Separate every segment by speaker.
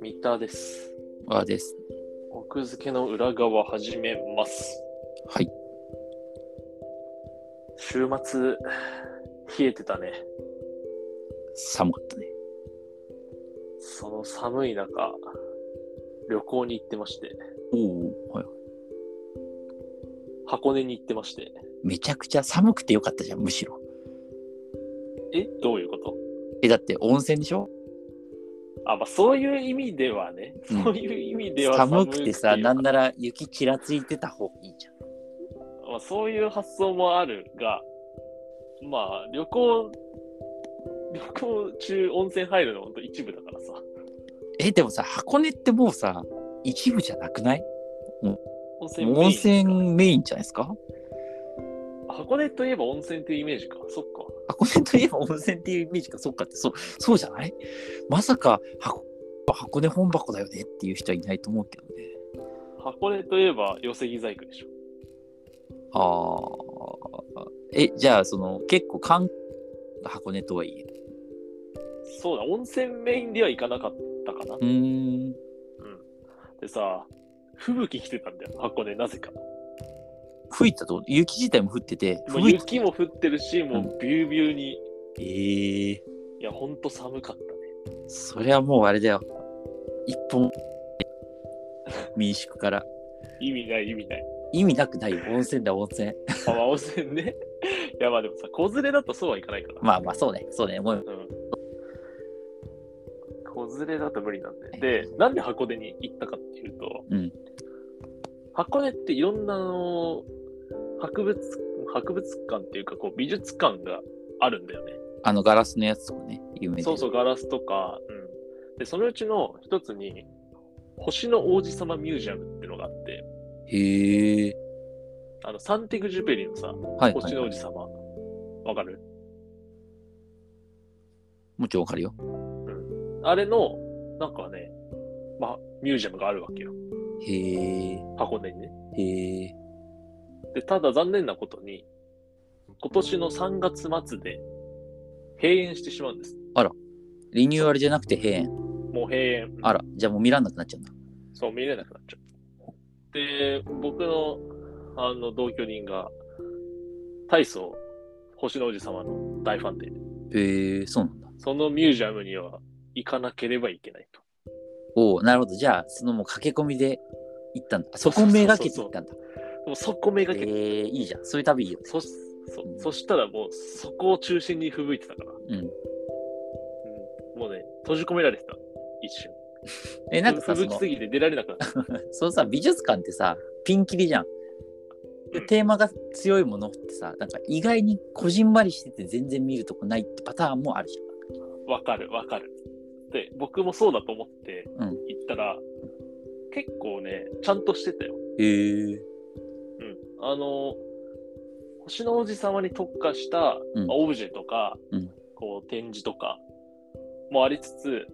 Speaker 1: 三田です。
Speaker 2: わです。
Speaker 1: 奥付けの裏側始めます。
Speaker 2: はい。
Speaker 1: 週末、冷えてたね。
Speaker 2: 寒かったね。
Speaker 1: その寒い中、旅行に行ってまして、
Speaker 2: おお、はい。
Speaker 1: 箱根に行ってまして。
Speaker 2: めちゃくちゃ寒くてよかったじゃん、むしろ。
Speaker 1: えどういうこと
Speaker 2: え、だって温泉でしょ
Speaker 1: あ、まあ、そういう意味ではね。
Speaker 2: うん
Speaker 1: そういう意味では
Speaker 2: 寒く
Speaker 1: 寒いっ
Speaker 2: てさ、
Speaker 1: ていうか
Speaker 2: なんなら雪ちらついてた方がいいじゃん。
Speaker 1: まあ、そういう発想もあるが、まあ、旅行、旅行中温泉入るのほんと一部だからさ。
Speaker 2: え、でもさ、箱根ってもうさ、一部じゃなくない
Speaker 1: 温泉メイン
Speaker 2: 温泉メインじゃないですか
Speaker 1: 箱根といえば温泉っていうイメージか。そっか。
Speaker 2: 箱根といえば温泉っていうイメージか、そっかって、そう、そうじゃないまさか箱箱根本箱だよねっていう人はいないと思うけどね。
Speaker 1: 箱根といえば寄木細工でしょ。
Speaker 2: ああ。え、じゃあ、その、結構、観箱根とはいえ。
Speaker 1: そうだ、温泉メインでは行かなかったかな。
Speaker 2: うーん。
Speaker 1: でさ、吹雪来てたんだよ、箱根、なぜか。
Speaker 2: 吹いたと雪自体も降ってて、
Speaker 1: もう
Speaker 2: 吹い
Speaker 1: 雪も降ってるし、もうビュービューに、
Speaker 2: ええ
Speaker 1: いや、ほんと寒かったね。
Speaker 2: それはもうあれだよ。一本、民宿から。
Speaker 1: 意味ない、意味ない。
Speaker 2: 意味なくないよ。温泉だ、温泉。
Speaker 1: あ、まあ、温泉ね。 いや、まあでもさ、子連れだとそうはいかないから。
Speaker 2: まあまあ、そうね。そうね。もう、
Speaker 1: うん。子連れだと無理なんで。で、なんで箱根に行ったかっていうと、
Speaker 2: うん
Speaker 1: 箱根っていろんなあの博物博物館っていうかこう美術館があるんだよね。
Speaker 2: あの、ガラスのやつとかね、有名で。
Speaker 1: そうそう、ガラスとか。うん、で、そのうちの一つに、星の王子様ミュージアムっていうのがあって、
Speaker 2: へえ。
Speaker 1: あのサンテグジュペリのさ、
Speaker 2: はい、は
Speaker 1: 星
Speaker 2: い
Speaker 1: の
Speaker 2: は
Speaker 1: 王
Speaker 2: い。
Speaker 1: 子様。わかる
Speaker 2: もちろんわかるよ。
Speaker 1: あれの、なんかね、まあ、ミュージアムがあるわけよ。
Speaker 2: へえ。
Speaker 1: 箱根にね。
Speaker 2: へえ。
Speaker 1: で、ただ残念なことに、今年の3月末で閉園してしまうんです。
Speaker 2: リニューアルじゃなくて閉園。
Speaker 1: もう閉園。
Speaker 2: あら、じゃあもう見らんなくなっちゃうんだ。
Speaker 1: そう、見れなくなっちゃう。で、僕のあの同居人が、大層、星の王子様の大ファンで、
Speaker 2: へえ、そうなんだ。
Speaker 1: そのミュージアムには行かなければいけないと。
Speaker 2: おおなるほど。じゃあ、そのもう駆け込みで行ったんだ。そこめがけて行ったんだ。
Speaker 1: でもそこめが
Speaker 2: え
Speaker 1: けて、
Speaker 2: え、いいじゃん。そういう旅いいよね。
Speaker 1: そそそしたらもうそこを中心に吹雪いてたから、
Speaker 2: うん。
Speaker 1: うんもうね、閉じ込められてた、一瞬。
Speaker 2: え、なんかさ、
Speaker 1: 吹雪
Speaker 2: その
Speaker 1: すぎて出られなくなった。
Speaker 2: そのさ美術館ってさピンキリじゃん。で
Speaker 1: うん
Speaker 2: テーマが強いものってさなんか意外にこじんまりしてて全然見るとこないってパターンもあるじ
Speaker 1: わかるわかる。で、僕もそうだと思って
Speaker 2: うん
Speaker 1: 行ったら、結構ね、ちゃんとしてたよ。
Speaker 2: ゃん。へえ。
Speaker 1: うん。あの、星の王子様に特化した、
Speaker 2: うん
Speaker 1: まあオブジェとか、
Speaker 2: うん
Speaker 1: こう展示とかもありつつ、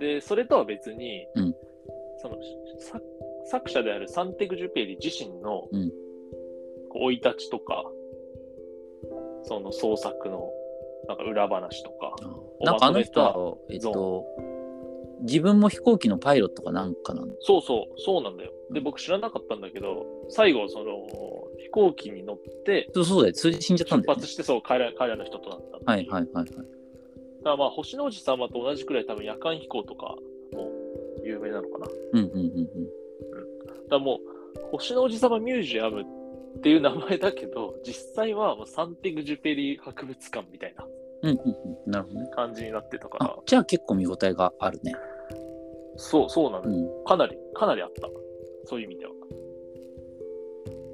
Speaker 1: で、それとは別に、
Speaker 2: うん
Speaker 1: そのさ作者であるサンテグジュペリ自身の
Speaker 2: うん
Speaker 1: こう生い立ちとか、その創作のなんか裏話とか、
Speaker 2: なんかあの人はえっと自分も飛行機のパイロットかなんかなんだ。
Speaker 1: そうそう、そうなんだよ。で、
Speaker 2: うん
Speaker 1: 僕知らなかったんだけど、最後、その、飛行機に乗って、
Speaker 2: そうそうだよ。それで死んじゃったん
Speaker 1: 出
Speaker 2: だよ、ね
Speaker 1: 発。して、そう、彼ら彼らの人となったって
Speaker 2: はい
Speaker 1: いう
Speaker 2: はいはいはい。
Speaker 1: だからまあ、星の王子様と同じくらい多分夜間飛行とかも有名なのかな。だか
Speaker 2: うんうんうんうん。
Speaker 1: らもう、星の王子様ミュージアムっていう名前だけど、実際はもうサンテグジュペリ博物館みたいな
Speaker 2: うんうんうん、なるほどね。
Speaker 1: 感じになってたか
Speaker 2: あ
Speaker 1: ら、
Speaker 2: じゃあ結構見応えがあるね。
Speaker 1: そう、そうなの
Speaker 2: う
Speaker 1: よ。
Speaker 2: ん。
Speaker 1: かなり、かなりあった。そういう意味では。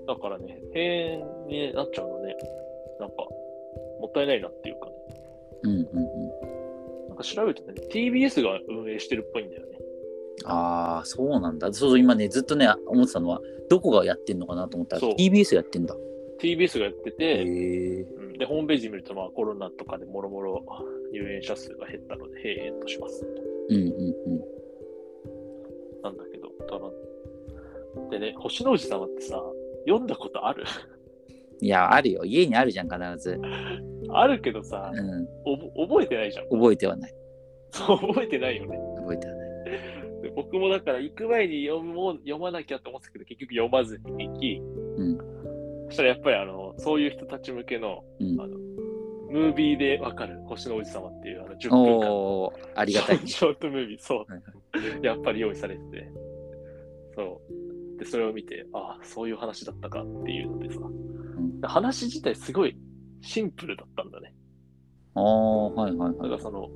Speaker 1: だからね、閉園になっちゃうのね、なんか、もったいないなっていうか、ね、
Speaker 2: うんうんうん。
Speaker 1: なんか調べてね、TBS が運営してるっぽいんだよね。
Speaker 2: ああ、そうなんだ。そうそう、今ね、ずっとね、思ってたのは、どこがやってんのかなと思ったら、
Speaker 1: そう
Speaker 2: TBS やってんだ。
Speaker 1: TBS がやって
Speaker 2: へ
Speaker 1: て、
Speaker 2: え。
Speaker 1: うんで、ホームページ見ると、まあ、コロナとかでもろもろ入園者数が減ったので、閉園とします。
Speaker 2: うんうんうん。
Speaker 1: なんだけど、だからでね、星の王子様ってさ、読んだことある
Speaker 2: いや、あるよ。家にあるじゃん、必ず。
Speaker 1: あるけどさ、
Speaker 2: うん。
Speaker 1: おぼ覚えてないじゃん。
Speaker 2: 覚えてはない。
Speaker 1: そう、覚えてないよね。
Speaker 2: 覚えてはない。
Speaker 1: で僕もだから行く前に読もう読まなきゃと思ってたけど、結局読まずに行き、
Speaker 2: うん
Speaker 1: そしたらやっぱりあの、そういう人たち向けの、
Speaker 2: うん
Speaker 1: あのムービーでわかる星の王子様っていうあの10分間
Speaker 2: おおあり がたい。
Speaker 1: ショートムービー、そ。
Speaker 2: はいう
Speaker 1: やっぱり用意されてて。そう。で、それを見て、ああ、そういう話だったかっていうのでさ。
Speaker 2: ん
Speaker 1: で話自体すごいシンプルだったんだね。
Speaker 2: おおはいはい
Speaker 1: なん
Speaker 2: はい。
Speaker 1: かその、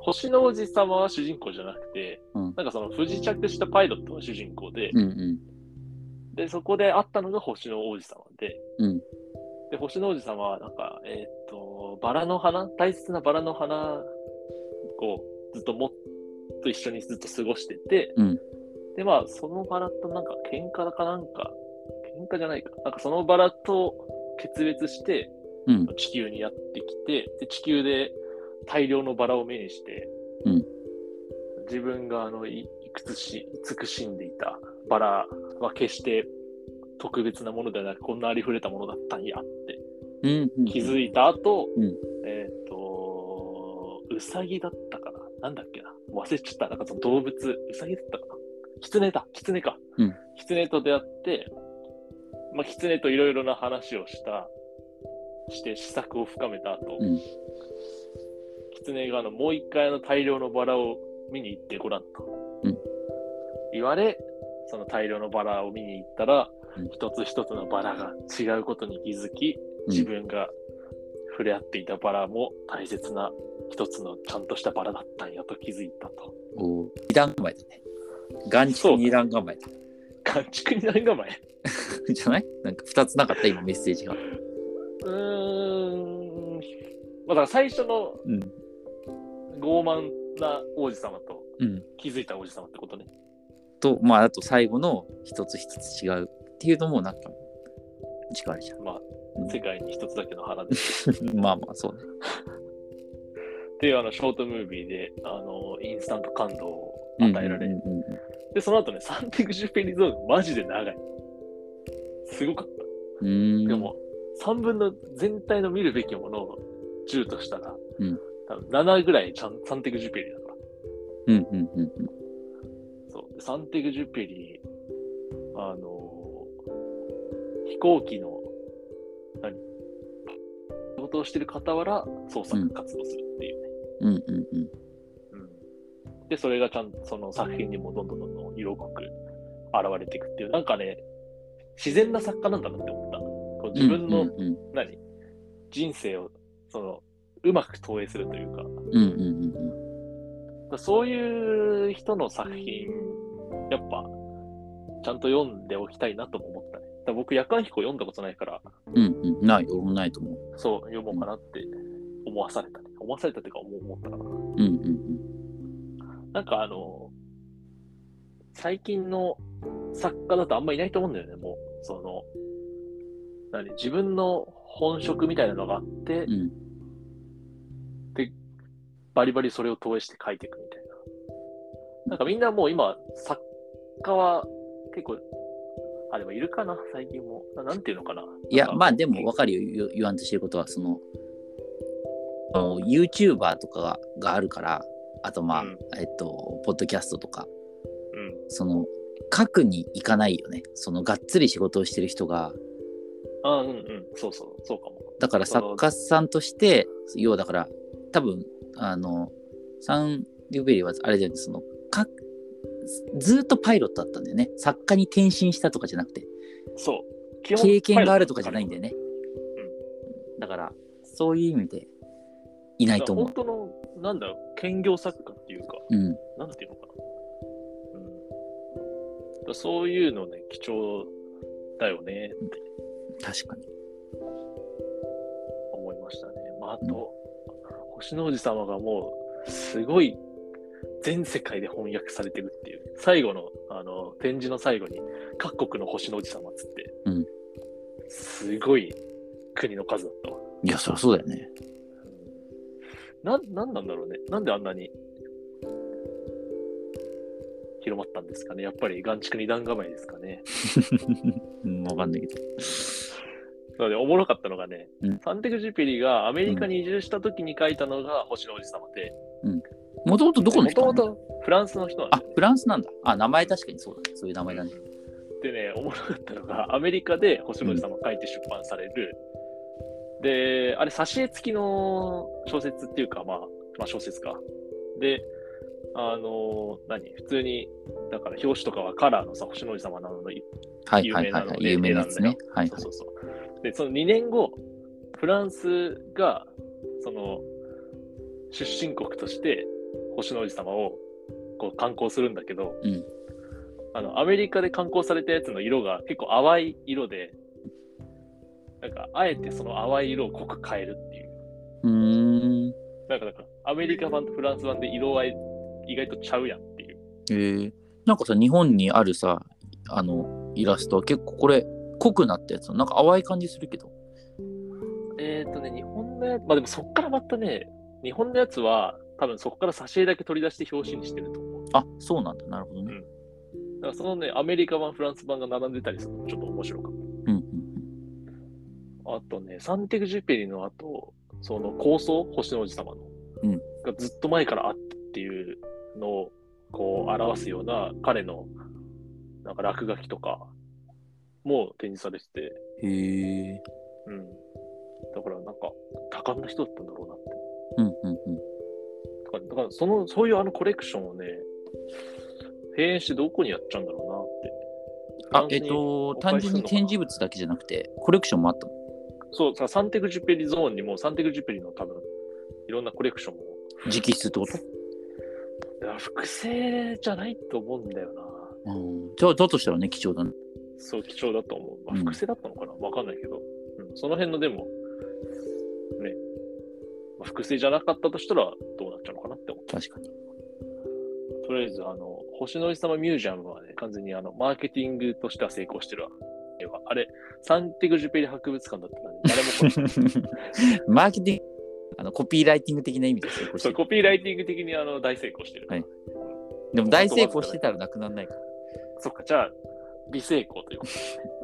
Speaker 1: 星の王子様は主人公じゃなくて、
Speaker 2: うん
Speaker 1: なんかその不時着したパイロットが主人公で、
Speaker 2: うんうん。
Speaker 1: で、そこで会ったのが星の王子様で、
Speaker 2: うん
Speaker 1: で、星の王子様は、なんか、えーっと、バラの花、大切なバラの花をずっともっと一緒にずっと過ごしてて、
Speaker 2: うん
Speaker 1: で、まあ、そのバラとなんか喧嘩かなんか、喧嘩じゃないか、なんかそのバラと決別して、
Speaker 2: うん
Speaker 1: 地球にやってきて、で、地球で大量のバラを目にして、
Speaker 2: うん
Speaker 1: 自分があの、いくつし、慈しんでいたバラは決して特別なものではなく、こんなありふれたものだったんやって
Speaker 2: うんうん。
Speaker 1: 気づいた後、えっ、と、うさぎだったかななんだっけな忘れちゃった。なんかその動物、うさぎだったかなキツネだ、キツネか。
Speaker 2: うん
Speaker 1: キツネと出会って、まあ、キツネといろいろな話をした、して試作を深めた後、
Speaker 2: うん
Speaker 1: キツネがあのもう一回あの大量のバラを見に行ってごらんと、
Speaker 2: うん
Speaker 1: 言われ、その大量のバラを見に行ったら、
Speaker 2: うん
Speaker 1: 一つ一つのバラが違うことに気づき、
Speaker 2: うん
Speaker 1: 自分が触れ合っていたバラも大切な一つのちゃんとしたバラだったんやと気づいたと。
Speaker 2: おー二段構えだね。眼
Speaker 1: そ
Speaker 2: 畜
Speaker 1: う
Speaker 2: 二段構えだ。
Speaker 1: 完熟に何が前
Speaker 2: じゃないなんか二つなかった、今メッセージが。
Speaker 1: うーん。まあ、だから最初の
Speaker 2: うん。
Speaker 1: 傲慢な王子様と
Speaker 2: うん。
Speaker 1: 気づいた王子様ってことね。
Speaker 2: と、まあ、あと最後の一つ一つ違うっていうのも、なんか、力じゃ
Speaker 1: まあ
Speaker 2: うん、
Speaker 1: 世界に一つだけの 花で。っ
Speaker 2: ん。まあまあ、そうね。
Speaker 1: ていうあのショートムービーで、あの、インスタント感動を与えられ、
Speaker 2: うんうんうん
Speaker 1: で、その後ね、サンテグジュペリゾーンマジで長い。すごかった。
Speaker 2: うん。
Speaker 1: でも、3分の全体の見るべきものを10としたら、
Speaker 2: うん
Speaker 1: 多分7ぐらいちゃんサンテグジュペリだから。
Speaker 2: うんうんうんうん。
Speaker 1: そう。サンテグジュペリ、あのー飛行機の、何仕事をしてる傍ら創作活動するっていうね。
Speaker 2: うんうん
Speaker 1: う
Speaker 2: うん。
Speaker 1: んで、それがちゃんとその作品にもどんどんどんどん色濃く現れていくっていう、なんかね、自然な作家なんだなって思った。こう自分の
Speaker 2: うんうん
Speaker 1: 何人生をそのうまく投影するというかだか
Speaker 2: うんうんうん
Speaker 1: らそういう人の作品やっぱちゃんと読んでおきたいなとも思ったねだから僕夜間飛行読んだことないから
Speaker 2: うんうんうん。ない、俺もないと思う。
Speaker 1: そう読もうかなって思わされたね思わされたというか思う思ったかな
Speaker 2: うんうんうん。
Speaker 1: なんかあの最近の作家だとあんまいないと思うんだよねもうその何自分の本職みたいなのがあって
Speaker 2: うん
Speaker 1: バリバリそれを投影して書いていくみたいな。なんかみんなもう今、作家は結構、あ、でもいるかな、最近も。ななんていうのかな。
Speaker 2: いや
Speaker 1: な、んか
Speaker 2: まあでも分かるよ言う、言わんとしてることは、その、あの YouTuber とかががあるから、あとまあ、
Speaker 1: うん
Speaker 2: えっと、ポッドキャストとか、
Speaker 1: うん。
Speaker 2: その、書くに行かないよね。その、がっつり仕事をしてる人が、
Speaker 1: あうんうん。そうそう、そうかも。
Speaker 2: だから
Speaker 1: その
Speaker 2: 作家さんとして、要はだから、多分、あの、サン・リュベリーは、あれだよね、その、かずーっとパイロットだったんだよね。作家に転身したとかじゃなくて。
Speaker 1: そう。基
Speaker 2: 経験があるとかじゃないんだよ
Speaker 1: ね。
Speaker 2: ね。だから、そういう意味で、いない
Speaker 1: だ
Speaker 2: と
Speaker 1: から
Speaker 2: 思
Speaker 1: 本
Speaker 2: う。
Speaker 1: 当の、なんだろう、兼業作家っていうか、
Speaker 2: うん。
Speaker 1: なんていうのかな。うん。だからそういうのね、貴重だよねって
Speaker 2: 確かに。
Speaker 1: 思いましたね。まあ、あと、星の王子様がもう、すごい、全世界で翻訳されてるっていう。最後の、あの、展示の最後に、各国の星の王子様っつって、
Speaker 2: うん
Speaker 1: すごい国の数だったわ。
Speaker 2: いや、そりゃそうだよね。
Speaker 1: な、なんなんだろうね。なんであんなに、広まったんですかね。やっぱり、眼畜二段構えですかね。
Speaker 2: うん、わかんないけど。
Speaker 1: なので、おもろかったのがね、
Speaker 2: うん
Speaker 1: サンテグジュペリがアメリカに移住した時に書いたのが星の王子様で、
Speaker 2: もともとどこの人な
Speaker 1: も
Speaker 2: の
Speaker 1: ともとフランスの人なん
Speaker 2: あ
Speaker 1: だよ、ね、
Speaker 2: フランスなんだ。あ、名前確かにそうだね。そういう名前だね。
Speaker 1: でね、おもろかったのが、アメリカで星野さんが書いて出版される、で、あれ、挿絵付きの小説っていうか、まあ、まあ、小説か。で、あの何普通に、だから表紙とかはカラーのさ、星野様などの、
Speaker 2: はいはいはい、はい。有
Speaker 1: 有名
Speaker 2: 名な
Speaker 1: な
Speaker 2: や
Speaker 1: の
Speaker 2: つね。はい
Speaker 1: そう
Speaker 2: はい
Speaker 1: そ。うそう。で、その2年後、フランスが、その、出身国として、星の王子様をこう観光するんだけど、
Speaker 2: うん
Speaker 1: あの、アメリカで観光されたやつの色が結構淡い色で、なんか、あえてその淡い色を濃く変えるっていう。
Speaker 2: うーん。
Speaker 1: なんか、なんかアメリカ版とフランス版で色合い意外とちゃうやんっていう。
Speaker 2: えー、なんかさ、日本にあるさ、あの、イラストは結構これ、濃くなったやつ。なんか淡い感じするけど。
Speaker 1: えっ、ー、とね、日本のやつ、まあでもそっからまたね、日本のやつは、多分そこから挿絵だけ取り出して表紙にしてると思う。
Speaker 2: あ、そうなんだ。なるほどね。
Speaker 1: だからそのね、アメリカ版、フランス版が並んでたりするのもちょっと面白かっ
Speaker 2: うんうん
Speaker 1: た。あとね、サンテグジュペリの後、その構想、星の王子様の、
Speaker 2: うん
Speaker 1: がずっと前からあったっていうのを、こう、表すような彼の、なんか落書きとかも展示されてて、
Speaker 2: うん。へえ。
Speaker 1: うん。だからなんか、多感な人だったんだろうなって。
Speaker 2: うんうんうん。
Speaker 1: だから、だからその、そういうあのコレクションをね、閉園してどこにやっちゃうんだろうな
Speaker 2: あ
Speaker 1: っ、て。
Speaker 2: えっ、と、
Speaker 1: フラ
Speaker 2: 単
Speaker 1: ンス
Speaker 2: 純
Speaker 1: に
Speaker 2: に展示物だけじゃなくて、コレクションもあったの。
Speaker 1: そう、さサンテグジュペリゾーンにも、サンテグジュペリの多分、いろんなコレクションも。
Speaker 2: 直筆ってこと
Speaker 1: いや複製じゃないと思うんだよな。
Speaker 2: うん。じゃあ、だとしたらね、貴重だね。
Speaker 1: そう、貴重だと思う。まあ
Speaker 2: うん
Speaker 1: 複製だったのかなわかんないけど。うん、その辺のでも、ね、まあ複製じゃなかったとしたらどうなっちゃうのかなって思
Speaker 2: 確かに。
Speaker 1: う。とりあえず、あの、星の王子様ミュージアムはね、完全にあの、マーケティングとしては成功してるわ。ではあれ、サンテグジュペリ博物館だったら、ね、誰も これ
Speaker 2: マーケティング、あのコピーライティング的な意味ですよ。これ
Speaker 1: そう、コピーライティング的にあの大成功してる。
Speaker 2: はいでも大成功してたらなくならないから。
Speaker 1: そっか、じゃあ、微成功ということで